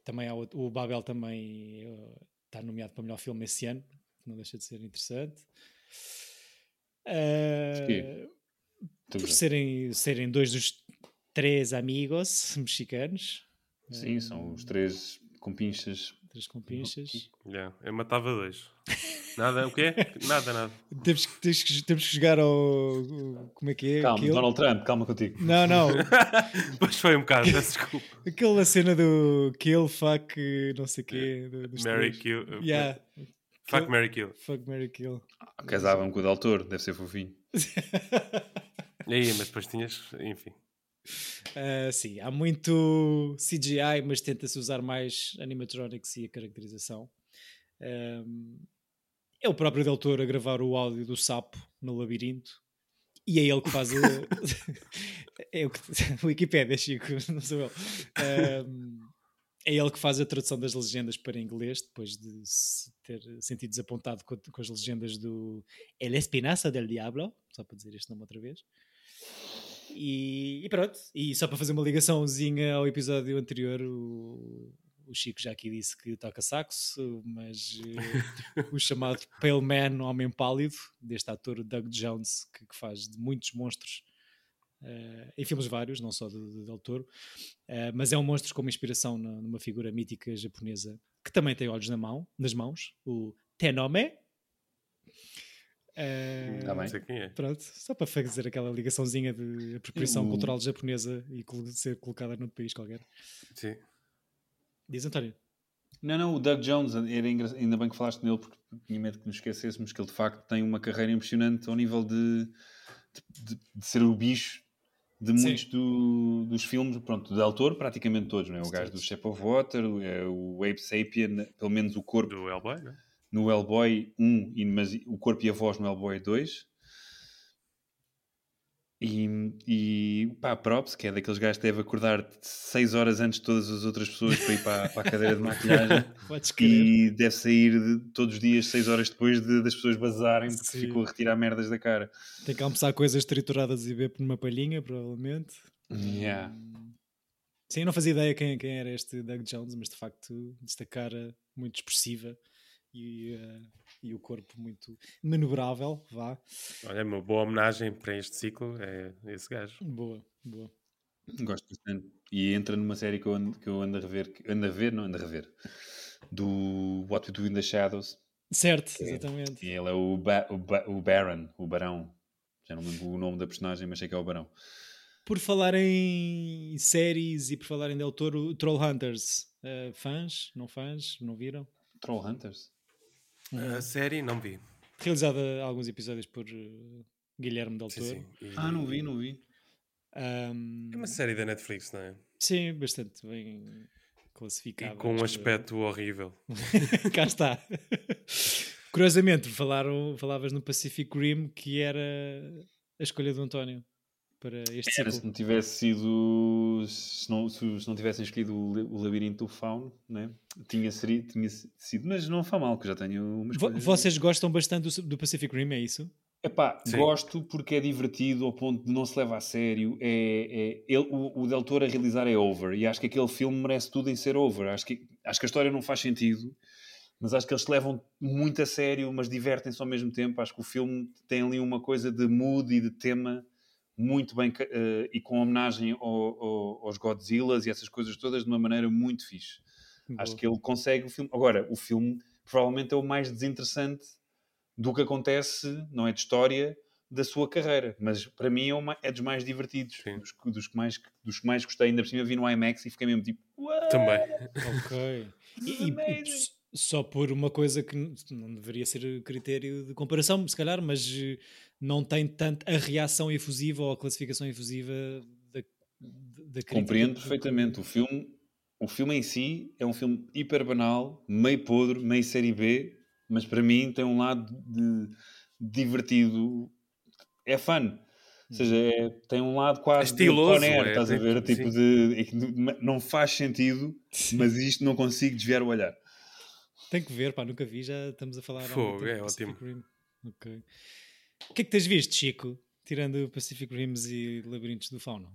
também há outro- o Babel também eh, está nomeado para melhor filme esse ano, que não deixa de ser interessante. Ah, Sim. por Tudo. serem, serem dois dos três amigos mexicanos, Sim, são os três compinchas. três compinchas. Yeah, eu matava dois. Nada, o quê? Nada, nada. Temos que, temos que, temos que jogar ao. Como é que é? Calma, aquilo? Donald Trump, calma contigo. Não, não. Mas foi um bocado, peço desculpa. Aquela cena do kill, fuck, não sei quê. do- dos Mary três. Kill. uh, Yeah. Fuck Mary Kill. Fuck, Mary Kill. Casavam com o Del Toro, deve ser fofinho. E aí, mas depois tinhas, enfim. Ah, sim, há muito CGI, mas tenta-se usar mais animatronics e a caracterização. Ahm, é o próprio Del Toro a gravar o áudio do sapo no labirinto. E é ele que faz o. é o que. Wikipédia, Chico, não sou eu. Ahm, é ele que faz a tradução das legendas para inglês, depois de se ter sentido desapontado com, com as legendas do El Espinazo del Diablo, só para dizer este nome outra vez. E, e pronto, e só para fazer uma ligaçãozinha ao episódio anterior, o, o Chico já aqui disse que toca saxo, mas eh, o chamado Pale Man, Homem Pálido, deste ator Doug Jones, que, que faz de muitos monstros eh, em filmes vários, não só do, do Del Toro, eh, mas é um monstro com uma inspiração na- numa figura mítica japonesa que também tem olhos na mão, nas mãos, o Tenome. Eh, Tá bem. Não sei quem é. Pronto, só para fazer aquela ligaçãozinha de apropriação Ah. Eu- cultural japonesa e col- ser colocada noutro país qualquer. Sim. Diz António. Não, não, o Doug Jones, era engra- ainda bem que falaste nele, porque tinha medo que nos esquecêssemos que ele de facto tem uma carreira impressionante ao nível de, de, de- de ser o bicho de Sim. muitos do- dos filmes, pronto, do autor, praticamente todos, não é? O Todos. gajo do Shape of Water, o- é, o Ape Sapien, pelo menos o corpo Do Hellboy, né? no Hellboy 1, e, mas o corpo e a voz no Hellboy 2. E, e pá, props, que é daqueles gajos que deve acordar 6 horas antes de todas as outras pessoas para ir para, para a cadeira de maquilhagem. Podes querer. E deve sair de- todos os dias, 6 horas depois, de- das pessoas bazarem porque Sim. ficou a retirar merdas da cara. Tem que almoçar coisas trituradas e beber numa palhinha, provavelmente. Yeah. Hum, Sim, eu não fazia ideia quem, quem era este Doug Jones, mas de facto, esta cara muito expressiva e, eh, e o corpo muito manobrável, vá. Olha, é uma boa homenagem para este ciclo é esse gajo. Boa, boa. Gosto bastante. E entra numa série que eu ando, que eu ando a rever, que- ando a ver, não ando a rever, do What We Do in the Shadows. Certo, exatamente. E ele é o, ba, o, ba, o Baron, o Barão. Já não me lembro o nome da personagem, mas sei que é o Barão. Por falar em séries e por falar em Del Toro, Troll Hunters, eh, fãs, não fãs, não viram? Troll Hunters. A série, não vi. Realizada alguns episódios por eh, Guilherme Del Sim, Toro. sim. E- Ah, não vi, não vi. Ahm, É uma série da Netflix, não é? sim, bastante bem E classificada. com um acho eu. aspecto horrível. Cá está. Curiosamente, falaram, falavas no Pacific Rim que era a escolha do António para este Era se ciclo. não tivesse sido. Se não, se, se não tivessem escolhido o, la- o Labirinto do Fauno, né? tinha, seri- tinha sido. Mas não faz mal, que eu já tenho umas Vo- coisas. Vocês gostam bastante do, do Pacific Rim, é isso? Epá, Sim. gosto porque é divertido ao ponto de não se leva a sério. É, é- ele- o, o Del Toro a realizar é over e acho que aquele filme merece tudo em ser over. Acho que, acho que a história não faz sentido, mas acho que eles se levam muito a sério, mas divertem-se ao mesmo tempo. Acho que o filme tem ali uma coisa de mood e de tema muito bem ca- eh, e com homenagem ao- ao- aos Godzillas e essas coisas todas de uma maneira muito fixe. Acho Boa. que ele consegue o filme. Agora, o filme provavelmente é o mais desinteressante do que acontece, não é de história, da sua carreira. Mas para mim é, o ma- é dos mais divertidos, Sim. dos, que- dos que mais, dos que mais gostei. Ainda por cima vi no IMAX e fiquei mesmo tipo, "What?" Também. Ok. This is E- e- e amazing. s- só por uma coisa que n- não deveria ser critério de comparação, se calhar, mas eh, não tem tanto a reação efusiva ou a classificação efusiva da, da da crítica. Compreendo perfeitamente. O filme, o filme em si é um filme hiper banal, meio podre, meio série B, mas para mim tem um lado de, divertido. É fun. Ou seja, é- tem um lado quase de Estiloso, Con Air, é, estás a tem- ver? Tipo sim. de, é que n- não faz sentido, mas isto não consigo desviar o olhar. Tem que ver, pá, nunca vi, já estamos a falar. há muito Fogo, tempo é de Pacific ótimo. Rim. Ok. O que é que tens visto, Chico? Tirando Pacific Rims e Labirintos do Fauno.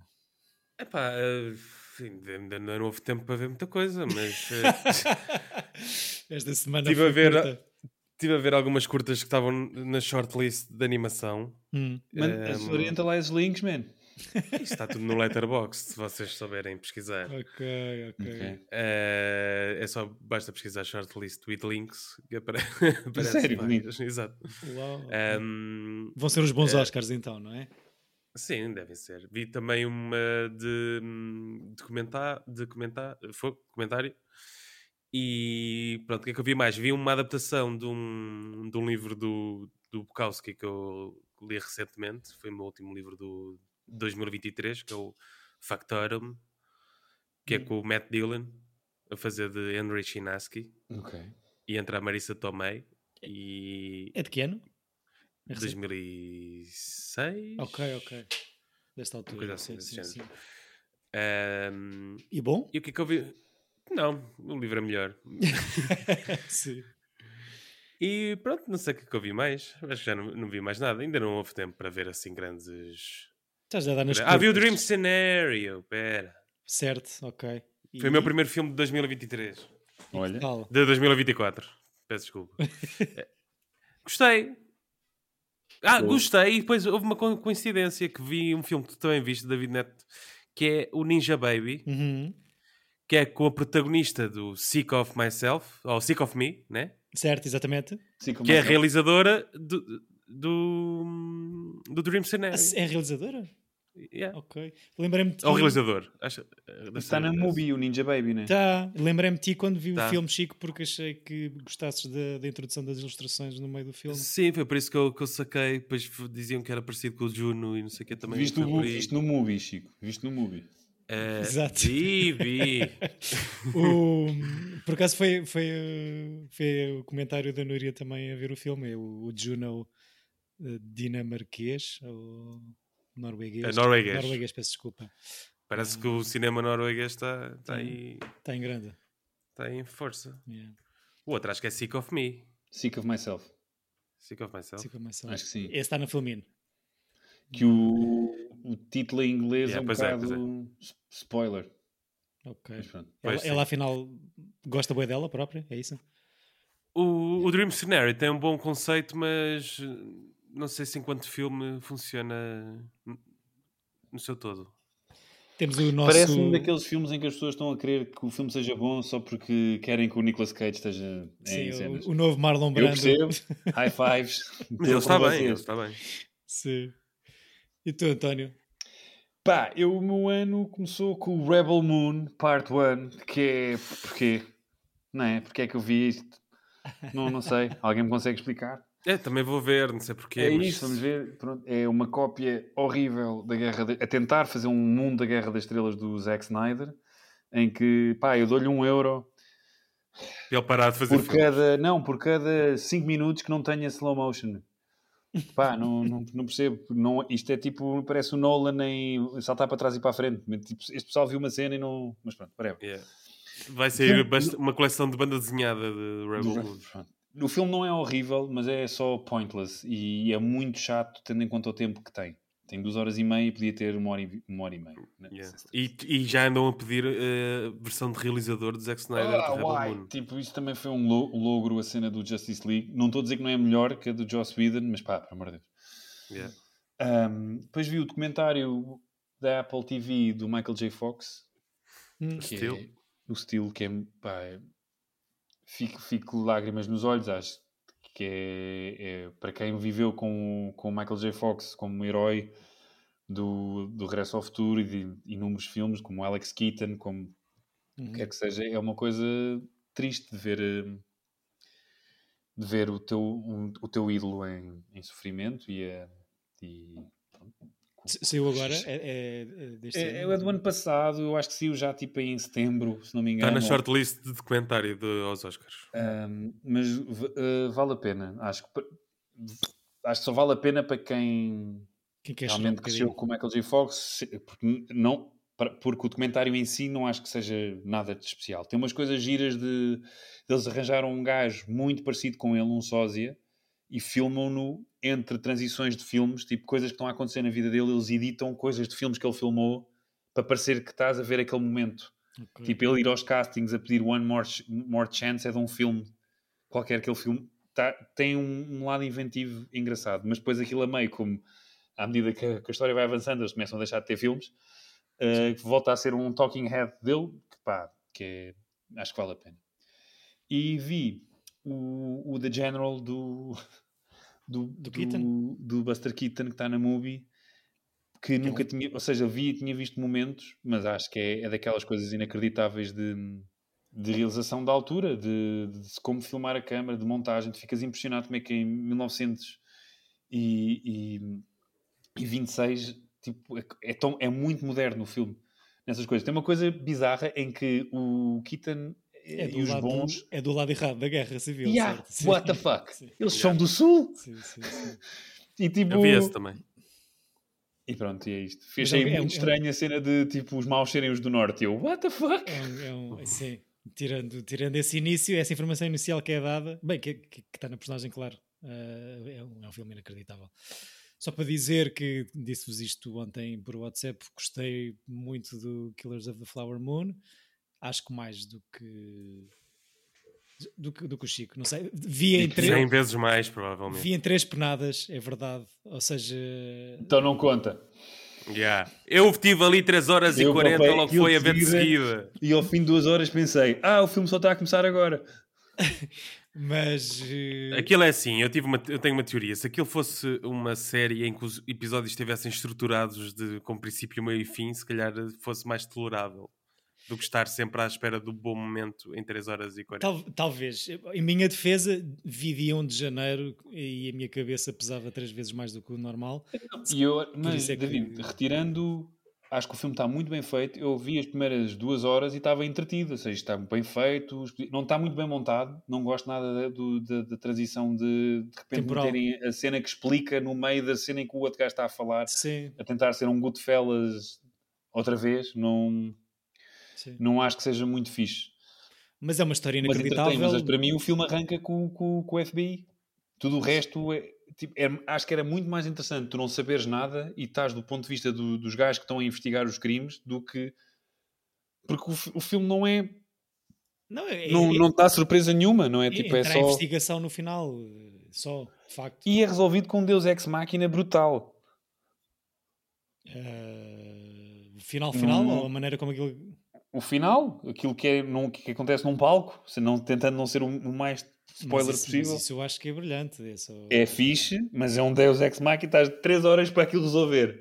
Epá, eh, enfim, ainda não houve tempo para ver muita coisa, mas eh, Esta semana Estive foi a ver- curta. estive a ver algumas curtas que estavam na shortlist de animação. Hum. Mano, Um, orienta lá esses links, man. Isto está tudo no Letterboxd, se vocês souberem pesquisar. Ok, ok. Ok. Eh, é só, basta pesquisar shortlist with links que apare- aparece sério? várias, Exato. Uau, ok. Um, Vão ser os bons eh, Oscars então, não é? Sim, devem ser. Vi também uma de, hum, de comentar, de comentar, foi comentário. E pronto, o que é que eu vi mais? Vi uma adaptação de um, de um livro do, do Bukowski que eu li recentemente. Foi o meu último livro do 2023, que é o Factorum, que Hum. é com o Matt Dillon, a fazer de Henry Chinaski. Ok. E entra a Marissa Tomei. E É de que ano? É recente? 2006? Ok, ok. Desta altura. coisa sim, assim desse sim, género. sim. Ahm, E bom? e o que é que eu vi? Não, o livro é melhor. sim. e pronto, não sei o que é que eu vi mais. Acho que já não, não vi mais nada. Ainda não houve tempo para ver assim grandes. Estás a dar nas Ah, vi o curtas. Dream Scenario. Pera. Certo, ok. E- Foi o meu primeiro filme de 2023. Olha. Tal. De 2024. Peço desculpa. Eh, gostei. Ah, Boa. gostei. E depois houve uma co- coincidência que vi um filme que tu também viste, David Neto, que é o Ninja Baby. Uhum. que é com a protagonista do Sick of Myself, ou Sick of Me, né? Certo, exatamente. Sim, como que é a que realizadora do, do, do Dream Scenario. Ah, se- É realizadora? Yeah. Ok. Lembrei-me de Ou ti- É realizador. Acho, é? Está tá na movie o Ninja Baby, né? Tá, lembrei-me de ti quando vi Tá. o filme Chico porque achei que gostasses da, da introdução das ilustrações no meio do filme. Sim, foi por isso que eu, que eu saquei. Depois f- diziam que era parecido com o Juno e não sei o que também. é Viste, foi o, por aí. viste no movie, Chico. Viste no movie. Eh, Exato. Vi, vi. O- por acaso foi, foi, uh, foi o comentário da Núria também a ver o filme, é o, o Juno uh, dinamarquês ou É norueguês. norueguês. Norueguês, peço desculpa. Parece que o cinema norueguês está está Sim. aí, Está em grande. está aí em força. Yeah. O outro acho que é Sick of Me. Sick of Myself. Sick of Myself. Sick of Myself. Acho que sim. Esse está na Filmin. Que o, o título em inglês Yeah, é um pois é, pois bocado s- spoiler. Ok. Mas pronto. Ela, Pois sim. ela, afinal gosta bem dela própria, é isso? O, o Dream Scenario tem um bom conceito, mas eh, não sei se enquanto filme funciona n- no seu todo. Temos o nosso. Parece um daqueles filmes em que as pessoas estão a querer que o filme seja bom só porque querem que o Nicolas Cage esteja em Sim, cenas. o, o novo Marlon Eu Brando. percebo. High fives. Mas ele está assim, bem, ele está bem. Sim. E tu, António? Pá, eu, o meu ano começou com o Rebel Moon Part 1, que é... Porquê? Não é? Porquê é que eu vi isto? Não, não sei. Alguém me consegue explicar? É, também vou ver, não sei porquê. É mas- isso, vamos ver. Pronto, é uma cópia horrível da Guerra... De... A tentar fazer um mundo da Guerra das Estrelas do Zack Snyder, em que, pá, eu dou-lhe um euro Ele parar de fazer por filme. cada... Não, por cada 5 minutos que não tenha slow motion. Pá, não, não, não percebo. Não, isto é tipo, parece o Nolan em saltar para trás e para a frente. Mas, tipo, este pessoal viu uma cena e não... Mas pronto, whatever. Yeah. Vai sair bast- uma coleção de banda desenhada de Rebel Moon. Pronto. O filme não é horrível, mas é só pointless e é muito chato tendo em conta o tempo que tem. Tem duas horas e meia e podia ter uma hora e, vi- uma hora e meia. né? Yeah. Se- E, e já andam a pedir eh, versão de realizador do Zack Snyder Ah, de Rebel uai, Moon. Tipo, isso também foi um lo- logro a cena do Justice League. Não estou a dizer que não é melhor que a do Joss Whedon, mas pá, pelo amor de Deus. Yeah. Ahm, depois vi o documentário da Apple TV do Michael J. Fox, Hum. que Steel. é o estilo que é pá, é- fico, fico lágrimas nos olhos acho que é, é- para quem viveu com, o- com o Michael J. Fox como herói do, do Regresso ao Futuro e de inúmeros filmes como Alex Keaton como o que é que seja é uma coisa triste de ver eh, de ver o teu, um- o teu ídolo em, em sofrimento e, a- e Sa- Saiu agora? É, é, é deste é, ano? é do ano passado, eu acho que saiu já tipo em setembro, se não Tá Está me engano. na ou- shortlist de documentário de, aos Oscars. Um, mas v- eh, vale a pena. Acho que, pa- acho que só vale a pena para quem Quem quer chorar um Realmente cresceu bocadinho? com o Michael J. Fox, se- porque, não, para- porque o documentário em si não acho que seja nada de especial. Tem umas coisas giras de. Eles arranjaram um gajo muito parecido com ele, um sósia, e filmam-no entre transições de filmes, tipo coisas que estão a acontecer na vida dele, eles editam coisas de filmes que ele filmou para parecer que estás a ver aquele momento. Ok. Tipo, ele ir aos castings a pedir One More, Ch- More Chance é de um filme, qualquer aquele filme, tá- tem um, um lado inventivo engraçado, mas depois aquilo a meio, como à medida que a, que a história vai avançando, eles começam a deixar de ter filmes, eh, que volta a ser um talking head dele, que pá, que é- acho que vale a pena. E vi o, o The General do, do, Do Keaton? do Buster Keaton, que está na movie, que nunca tinha, ou seja, vi e tinha visto momentos, mas acho que é, é daquelas coisas inacreditáveis de, de realização da altura, de, de como filmar a câmara, de montagem, tu ficas impressionado como é que em 1900 e, e- e 26 tipo, é, é tão, é muito moderno o filme nessas coisas. Tem uma coisa bizarra em que o Keaton eh, É do, e os lado, bons. é do lado errado da guerra civil. Yeah, certo? Sim. what the fuck? Sim, Eles Yeah. são do Sul? sim, sim, sim. E tipo. Eu vi esse também. E pronto, e é isto. Mas Achei é um- é um- muito estranha a cena de tipo os maus serem os do norte. Eu, what the fuck? É um- é um- sim. Tirando, tirando esse início, essa informação inicial que é dada, bem, que, que- que está na personagem, claro, eh, é, um, é um filme inacreditável. Só para dizer que disse-vos isto ontem por WhatsApp, gostei muito do Killers of the Flower Moon, acho que mais do que do que, do que o Chico, não sei. Vi em, três- 100 vezes mais, provavelmente. vi em três penadas, é verdade. Ou seja, Então não conta. Yeah. Eu estive ali 3 horas Eu e 40, papei logo aquilo foi a de ver de seguida. seguida. E ao fim de duas horas pensei: ah, o filme só está a começar agora. mas. eh, Aquilo é assim, eu, tive uma- eu tenho uma teoria. Se aquilo fosse uma série em que os episódios estivessem estruturados de, com princípio, meio e fim, se calhar fosse mais tolerável do que estar sempre à espera do bom momento em 3 horas e 40. Tal- talvez. Em minha defesa, vi dia 1 de janeiro e a minha cabeça pesava três vezes mais do que o normal. E eu, mas, isso é que- David, retirando, acho que o filme está muito bem feito. Eu vi as primeiras duas horas e estava entretido, ou seja, está bem feito, os- não está muito bem montado. Não gosto nada da, do- da- da transição de de repente Temporal. meterem a cena que explica no meio da cena em que o outro gajo está a falar, Sim, a tentar ser um Goodfellas outra vez. Não, sim. não acho que seja muito fixe. Mas é uma história Mas entretém, inacreditável. mas para mim o filme arranca com, com, com o FBI. Tudo o resto é, tipo, é- acho que era muito mais interessante tu não saberes nada e estás do ponto de vista do- dos gajos que estão a investigar os crimes do que porque o, fi- o filme não é Não, é, não, é- não dá surpresa nenhuma, não é? Tipo, é entra a só investigação no final, eh, só, de facto. e é resolvido com um Deus ex máquina brutal. Eh, o final, final, Não- ou a maneira como aquilo. O final, aquilo que, é, num- que acontece num palco, se não, tentando não ser o, o mais spoiler mas isso, mas possível. isso eu acho que é brilhante. É, só... é fixe, mas é um Deus Ex Machina, estás 3 horas para aquilo resolver.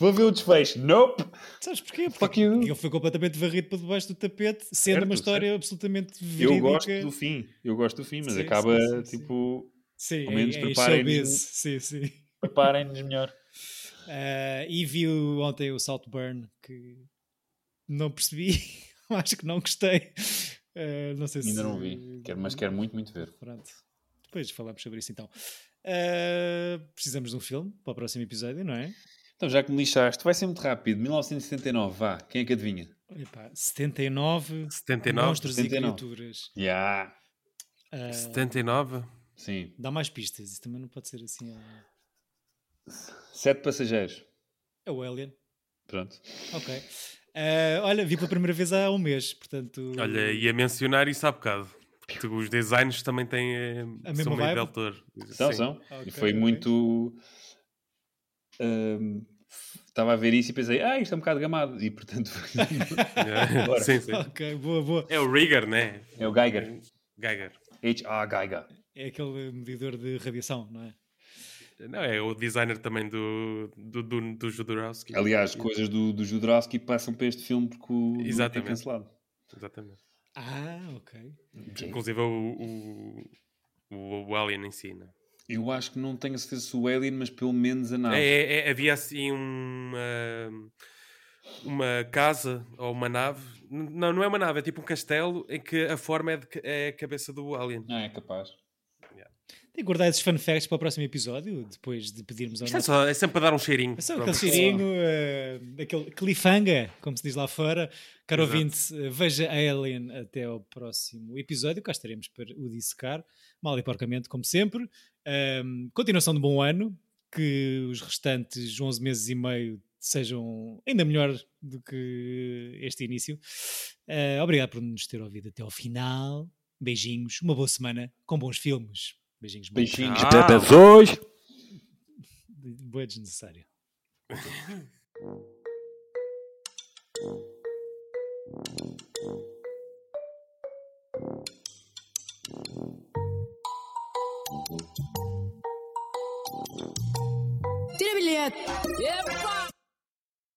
Vou ver o desfecho. Nope! Sabes porquê? Porque Fuck you. aquilo foi completamente varrido para debaixo do tapete, sendo Certo, uma história absolutamente verídica. Eu gosto do fim, eu gosto do fim, mas Sim, acaba sim, sim, sim. tipo, Sim, Ao menos é, é preparem-nos, showbiz. Sim, sim. preparem-nos melhor. Ah, e vi o- ontem o Saltburn que não percebi, acho que não gostei. Ah, não sei se Ainda não vi, quero, mas quero muito, muito ver. Pronto. Depois falamos sobre isso então. Ah, precisamos de um filme para o próximo episódio, não é? Então, já que me lixaste, vai ser muito rápido. 1979, vá, quem é que adivinha? Epá, 79 79? monstros 79. e criaturas. Já, Ah, 79? sim. dá mais pistas, isso também não pode ser assim. ah. Sete passageiros. É o Alien. Pronto. Ok. Ah, olha, vi pela primeira vez há um mês, portanto. Olha, ia mencionar isso há bocado. Porque os designs também têm. eh, A são mesma meio vibe? del Toro. São, Sim. Então, são. Ok, e foi ok. muito. Ahm, Estava a ver isso e pensei, ah, isto é um bocado gamado. E portanto. Yeah. É, sim, sim. Ok, boa, boa. É o Rigger, né? é o Geiger. Geiger. H.R. Geiger. É aquele medidor de radiação, não é? Não, é o designer também do, do, do, do Jodorowsky. Aliás, coisas do, do Jodorowsky passam para este filme porque o Dune é Exatamente. cancelado. Exatamente. Ah, ok. Inclusive o, o, o, o Alien em si, né? Eu acho que não tenho a certeza se o Alien, mas pelo menos a nave. É, é- é- havia assim uma, uma casa ou uma nave. N- Não, não é uma nave, é tipo um castelo em que a forma é, de ca- é a cabeça do Alien. Ah, é capaz. Tem que guardar esses fanfacts para o próximo episódio, depois de pedirmos ao Isto é, nosso... só, é sempre para dar um cheirinho. É só Pronto. aquele cheirinho, eh, aquele cliffhanger, como se diz lá fora. Caro Exato. ouvinte, eh, veja a Alien até ao próximo episódio. Cá estaremos para o dissecar, mal e porcamente, como sempre. Ahm, continuação de um bom ano, que os restantes 11 meses e meio sejam ainda melhor do que este início. Ah, obrigado por nos ter ouvido até ao final. Beijinhos, uma boa semana com bons filmes. Beijinhos, boa- Beijinhos. Ah. boa desnecessária. Tira bilhete.